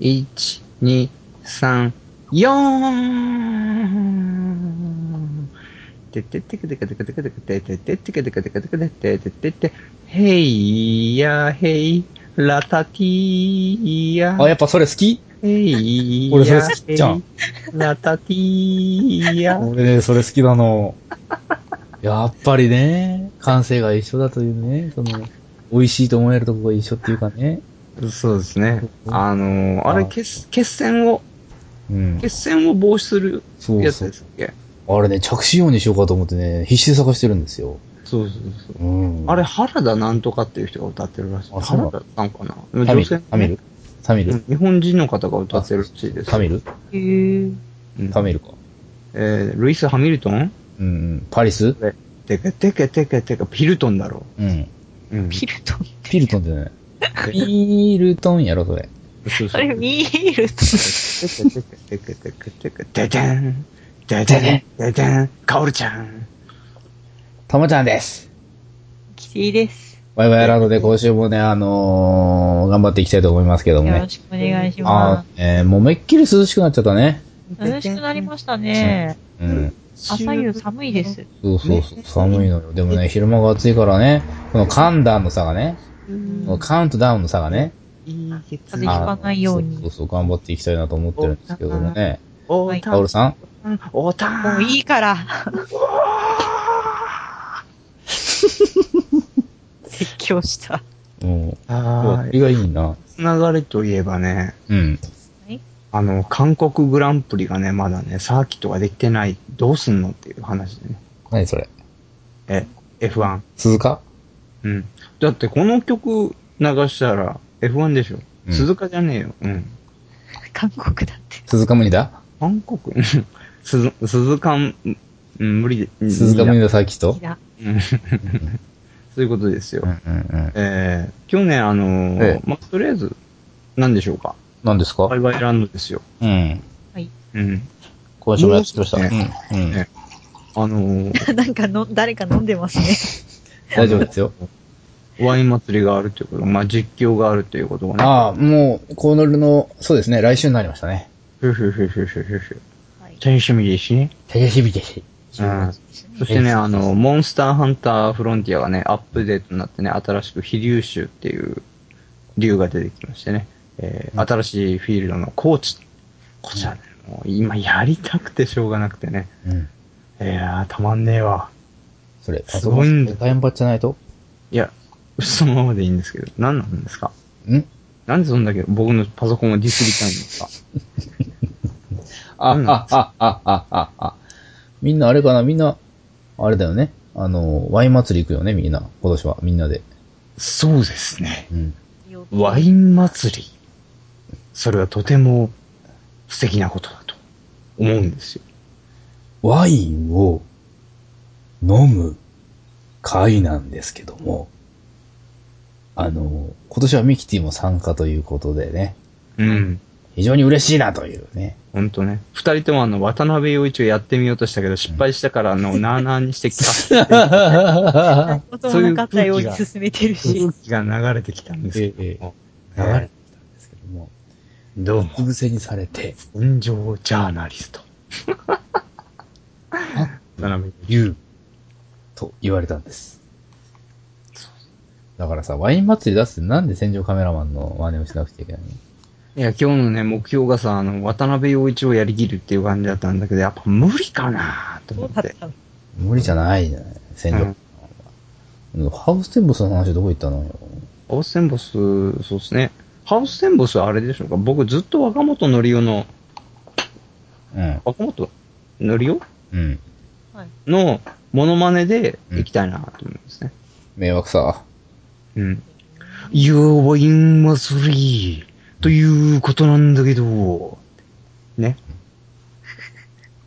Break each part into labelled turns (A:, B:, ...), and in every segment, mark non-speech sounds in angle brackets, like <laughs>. A: 一、二、三、四てってってくてくてくてくてくててってってくてくてくてくてててってって、へいやへい、ラタティーや
B: あ、、やっぱそれ好き
A: へいや、
B: 俺それ好きじゃん。
A: ラタティーや、
B: 俺ね、それ好きなの。やっぱりね、感性が一緒だというね、その、美味しいと思えるとこが一緒っていうかね。
A: そうですね。あのー、あれ、決決戦を、
B: うん。
A: 決戦を防止する
B: そう
A: やつ
B: そう
A: で。すっけ
B: あれね、着信音にしようかと思ってね、必死で探してるんですよ。
A: そうそうそう。
B: うん。
A: あれ、原田なんとかっていう人が歌ってるらしい。
B: あそう
A: 原
B: なの
A: 田さんかな
B: タ
A: 女
B: ミ
A: 性
B: ルタミルタミ
A: う
B: ル
A: ん日本人の方が歌ってるらしいです。
B: タミル
A: へーうん
B: タミルか。
A: えー、ルイス・ハミルトン
B: うんうん。パリス
A: てけてけてけてけ、ピルトンだろ
B: うん。
A: う。うん。
C: ピルトン。
B: ピルトンじゃ <laughs> ない。ピルトンやろ、それ。
A: そう
C: あ
A: そう
C: れ、ミールトン。
A: てけてけてけてけてけ、ででん、ででん、ででん、カオルちゃん。
B: たまちゃんです。
C: キティです。
B: ワイワイランドで今週もね、あのー、頑張っていきたいと思いますけども
C: よ
B: ね
C: ろ。しくお願いし
B: あ
C: ま
B: ーえー、もうめっきり涼しくなっちゃったね。
C: す。涼しくなりましたね。
B: うん。
C: 朝夕寒いです。
B: そうそうそう。寒いのよ。でもね、昼間が暑いからね、この寒暖の差がね、このカウントダウンの差がね、
A: いい月
C: 風邪ひかないように
B: あのそうそうそう、頑張っていきたいなと思ってるんですけどもね。
A: お
C: はい
A: た
B: タオルさん
A: ん、おたん。
C: もういいから。説教した。
B: うん。
A: は
B: あ
A: ーい。
B: れがいいな。
A: つながりといえばね、
B: うん。
A: あの、韓国グランプリがね、まだね、サーキットができてない、どうすんのっていう話でね。
B: 何それ
A: え、F1。
B: 鈴鹿
A: うん。だってこの曲流したら F1 でしょ。
B: うん
A: 鈴鹿じゃねえよ。うん。
C: 韓国だって。
B: 鈴鹿無理だ
A: 韓国 <laughs> うん鈴、鈴鹿ん、うん無理で。
B: 鈴鹿無理
A: だ。
B: だサーキット
C: いや
A: うん <laughs> そういうことですよ。
B: うんうんうん。
A: えー、去年あのー
B: ええ
A: まあ、とりあえず、何でしょうか。
B: 何ですか
A: ワイワイランドですよ。
B: うん。
C: はい。
A: うん。
B: 今週もやってきました。う。
A: もうん
B: うん
A: ねあのー、
B: <laughs>
C: なんかの、誰か飲んでますね。
B: 大丈夫ですよ。
A: ワイン祭りがあるということ、まあ、実況があるということがね。
B: ああ、もう、コーノルの、そうですね、来週になりましたね。
A: ふふふふふふふ。
C: はい。
A: 楽しみですしね。
B: 手が響けし。
A: うん。そしてね、あの、モンスターハンターフロンティアがね、アップデートになってね、新しく飛竜種っていう竜が出てきましてね、えー新しいフィールドのコーチ。こちらね、もう今やりたくてしょうがなくてね。
B: うん。
A: いやー、たまんねえわ。
B: それ、パ
A: す
B: ソコ
A: ごいん
B: ン
A: だ、
B: 大変ばっちゃないと
A: いや、そのままでいいんですけど、何なんですか
B: ん
A: なんでそんだけ僕のパソコンをディスりたいんですか
B: あ、
A: うん
B: あ、あ、あ、あ、あ、あ。みんなあれかなみんな、あれだよね。あの、ワイン祭り行くよね、みんな。今年は、みんなで。
A: そうですね。
B: うん。
A: ワイン祭り。それはとても素敵なことだと思うんですよ。
B: ワインを飲む会なんですけども、あの、今年はミキティも参加ということでね、
A: うん。
B: 非常に嬉しいなという <laughs> ね。
A: ほんとね。二人ともあの、渡辺陽一をやってみようとしたけど、失敗したから、あ <laughs> の、なあなあに <laughs> してきた。
B: え
C: 音もなかったように進めてるし
A: 空。気が流れてきたんですけど、
B: え、流れてきた
A: 流
B: ん
A: れ
B: ですけども、
A: どうも、
B: うぶせにされて、
A: 温情ジャーナリスト。 <laughs> 渡辺
B: 言う、と言われたんです。だからさ、ワイン祭り出すってなんで戦場カメラマンの真似をしなくちゃいけないの
A: いや、今日のね、目標がさ、あの、渡辺陽一をやりきるっていう感じだったんだけど、やっぱ無理かなと
C: そ
A: 思
C: う
A: っ。
C: だってたの。
B: 無理じゃないじゃない戦場カメラマンは。ハウステンボスの話どこ行ったのよ
A: ハウステンボス、そうですね。ハウステンボスはあれでしょうか僕ずっと若本のりおの、
B: うん。
A: 若本のりお
B: うん。
C: はい。
A: のモノマネで行きたいなと思うんですね。
B: 迷惑さ。
A: うん。いやー、ワイン祭り、ということなんだけど、ね。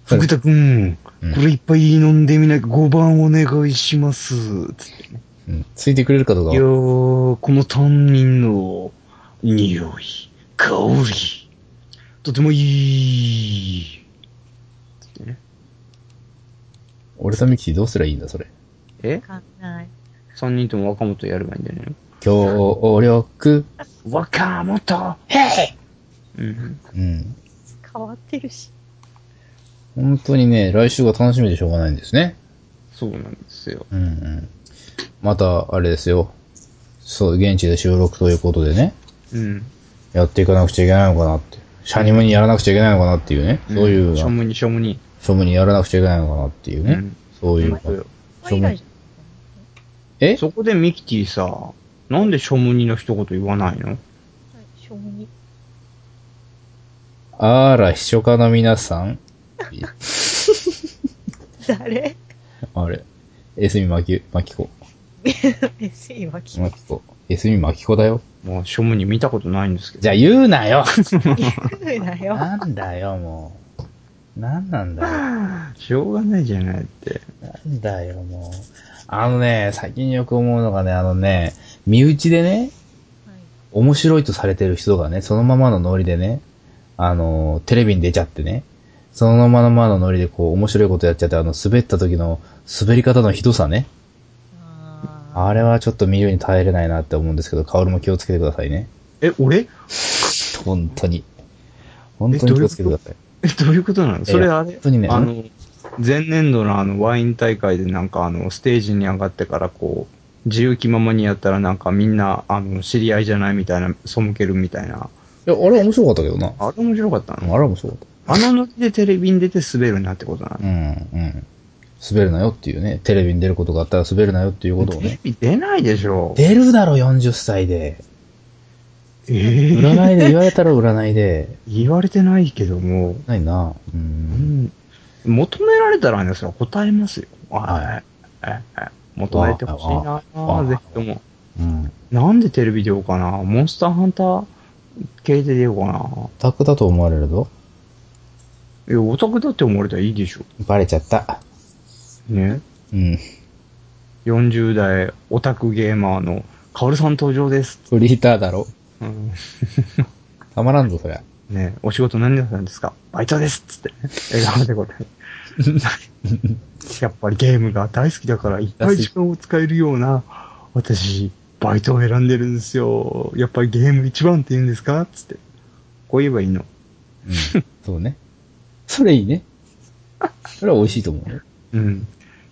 B: はい
A: 福田くん、
B: うん
A: これいっぱい飲んでみないか5番お願いします。つってね。
B: うん。ついてくれるかどう
A: い
B: か
A: や
B: は。
A: ー、この担任の匂い、香り、とてもいい。つってね。
B: 俺とミキティどうすりゃいいんだ、それ。
A: え
C: わかんない。
A: 三人とも若本やればいいんじゃないの
B: 協力。
A: 若本ヘイうん。
B: うん。
C: 変わってるし。
B: 本当にね、来週が楽しみでしょうがないんですね。
A: そうなんですよ。
B: うんうん。また、あれですよ。そう、現地で収録ということでね、
A: うん。
B: やっていかなくちゃいけないのかなって。シャニムにやらなくちゃいけないのかなっていうね。そういうよう
A: しょ
B: な、
A: むにしょむに。
B: ショムにやらなくちゃいけないのかなっていうね。
A: うん
B: そういう。
C: それ以外じ
B: え
A: そこでミキティさ、なんでしょむにの一言言わないの
C: ゃん。はい、しょうもに。
B: あら、秘書家の皆さん。 <laughs>
C: 誰
B: あれ。エスミマキ、マキコ。
C: s いわき。
B: マキコ。エスミマキコだよ。
A: まあ、しょむに見たことないんですけど。
B: じゃあ言うなよ
C: 言うなよ。
B: <laughs> なんだよ、もう。なんなんだよ。
A: しょうがないじゃないって。
B: なんだよ、もう。あのね、最近よく思うのがね、あのね、身内でね、
C: はい
B: 面白いとされてる人がね、そのままのノリでね、あの、テレビに出ちゃってね、そのままのノリでこう、面白いことやっちゃって、あの、滑った時の滑り方のひどさね。
C: あ
B: あれはちょっと見るに耐えれないなって思うんですけど、カオルも気をつけてくださいね。
A: え、俺
B: 本当に。本当に気をつけてください。
A: え、どういうことなのそれあれ
B: 本当にね、
A: あの、前年度のあのワイン大会でなんかあの、ステージに上がってからこう、自由気ままにやったらなんかみんな、あの、知り合いじゃないみたいな、背けるみたいな。
B: いや、あれ面白かったけどな。
A: あれ面白かった
B: あ
A: の
B: れ面白かった。
A: あのノリでテレビに出て滑るなってことな
B: う
A: の、
B: ん、うん。滑るなよっていうね、テレビに出ることがあったら滑るなよっていうことを
A: テレ
B: ね。
A: ビ出ないでしょ。
B: 出るだろ、40歳で。
A: ええ
B: 占いで言われたら占いで。
A: 言われてないけども、
B: ないな。
A: う
B: う。
A: んん、求められたらね、それは答えますよ。
B: は
A: はい。はいはい求めてほしいな
B: わ
A: ぜひとも。
B: うん。
A: なんでテレビ出ようかなモンスターハンター系で出ようかな
B: オタクだと思われるぞ。
A: いや、オタクだって思われたらいいでしょ。
B: バレちゃった。
A: ね。
B: うん。
A: 40代オタクゲーマーのカオルさん登場です。
B: フリーターだろ。
A: うん、
B: たまらんぞ、そりゃ。
A: ねお仕事何だったんですかバイトですっつってね。笑顔で答えるやっぱりゲームが大好きだからいっぱい時間を使えるような、私、バイトを選んでるんですよ。やっぱりゲーム一番って言うんですかつって。こう言えばいいの。
B: うん。 <laughs> そうね。それいいね。それは美味しいと思うよ。
A: うん。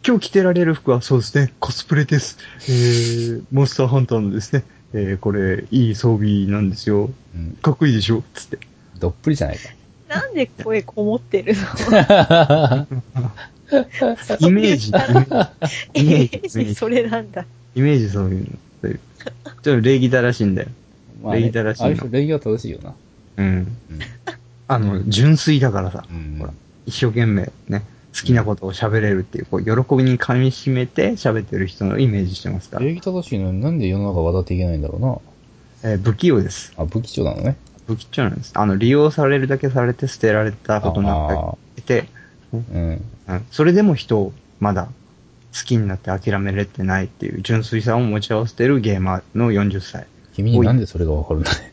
A: 今日着てられる服はそうですね、コスプレです。えー、モンスターハンターのですね、えー、これ、いい装備なんですよ。
B: うん。
A: かっこいいでしょつって。
B: どっぷりじゃない <laughs> か。
C: なんで声こもってる
A: イメージ、イメー
C: の
A: イメ
C: イ
A: ー
C: メ
A: ジ
C: ー
B: <laughs>
C: ジそれなんだ。
A: ジ、イメージそういうの。そういうちょっと礼儀正しいんだよ。
B: まあね
A: 礼儀正しいの
B: ある人礼儀は正しいよな。
A: うん。
B: うん
A: あの、純粋だからさ。
B: うん
A: ほら一生懸命ね、好きなことを喋れるっていう、こう、喜びに噛み締めて喋ってる人のイメージしてますから。
B: 礼儀正しいのになんで世の中渡っていけないんだろう
A: えー不器用です。
B: な。あ、不器長なのね。
A: 不器用なんです。あの、利用されるだけされて捨てられたことなくて、
B: うん。
A: うんそれでも人をまだ好きになって諦めれてないっていう純粋さを持ち合わせてるゲーマーの40歳。
B: 君になんでそれがわかるんだ <laughs> ね。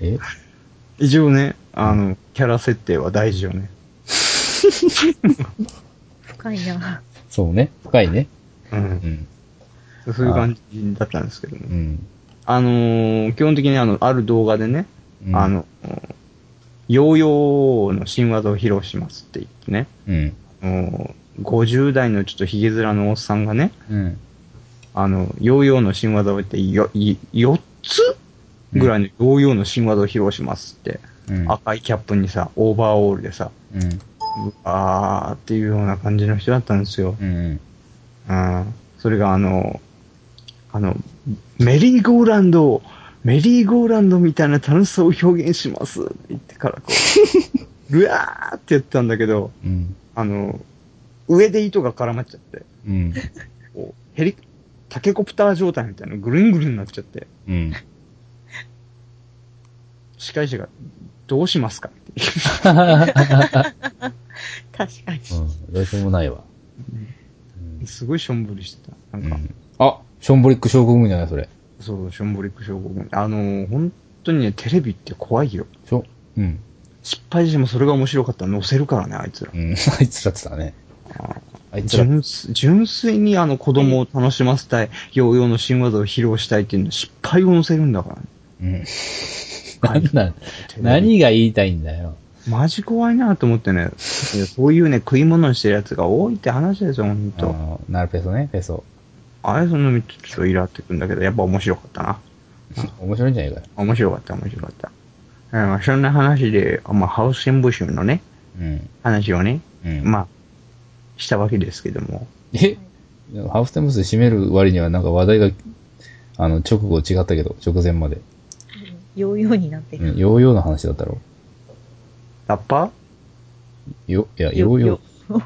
B: え
A: 一応ね、あの、キャラ設定は大事よね。
C: 深いな。
B: そうね。深いね。
A: う。
B: うんん。
A: そういう感じだったんですけど
B: う
A: ね。
B: ん。
A: あのー基本的にあの、ある動画でね、
B: うん
A: あ、の、ヨーヨーの新技を披露しますって言ってね、
B: うん。
A: あのー50代のちょっとヒゲ面のおっさんがね、
B: うん。
A: あの、ヨーヨーの新技を言って、よ、い4つぐらいのヨーヨーの新技を披露しますって、
B: うん。
A: 赤いキャップにさ、オーバーオールでさ、
B: うん。
A: うわーっていうような感じの人だったんですよ。
B: うん。
A: うん。それがあの、あの、メリーゴーランドを、メリーゴーランドみたいな楽しさを表現しますって言ってからこう、うわーってやったんだけど、
B: うん。
A: あの、上で糸が絡まっちゃって、
B: うん。
A: こうヘリ、タケコプター状態みたいなぐるんぐるんになっちゃって、
B: うん。
A: 司会者が、どうしますかって言う
C: 確かに。
B: うんどうしようもないわ。うん
A: すごいしょんぼりしてた。なんか、
B: うんあ、ションボリック症候群じゃないそれ。
A: そう、しょんぼりく症候群。あのー、本当にね、テレビって怖いよ。
B: しょ、うん。
A: 失敗してもそれが面白かったら載せるからね、あいつら
B: う。ん。あいつらってたね。あいつら。
A: 純粋純粋にあの子供を楽しませたい、ヨーヨーの新技を披露したいっていうの失敗を乗せるんだからね。
B: うん。なんなん、何が言いたいんだよ。
A: マジ怖いなと思ってね、いやそういうね、食い物にしてるやつが多いって話ですよ、ほん
B: あ
A: と。
B: のなるペソね、ペソ。
A: あれ、その見てちょっとイラってくんだけど、やっぱ面白かったな。
B: 面白いんじゃないかよ。
A: 面白かった、面白かった。えーまあそんな話で、まあ、ハウステンボシュのね、
B: うん。
A: 話をね、
B: うん。
A: まあ、したわけですけども。
B: えハウステンボス閉める割にはなんか話題が、あの、直後違ったけど、直前まで。
C: ヨーヨーになって
B: うん、
C: る。
B: ヨーヨーの話だったろ。
A: ラッパー
B: よ、いや、ヨーヨー。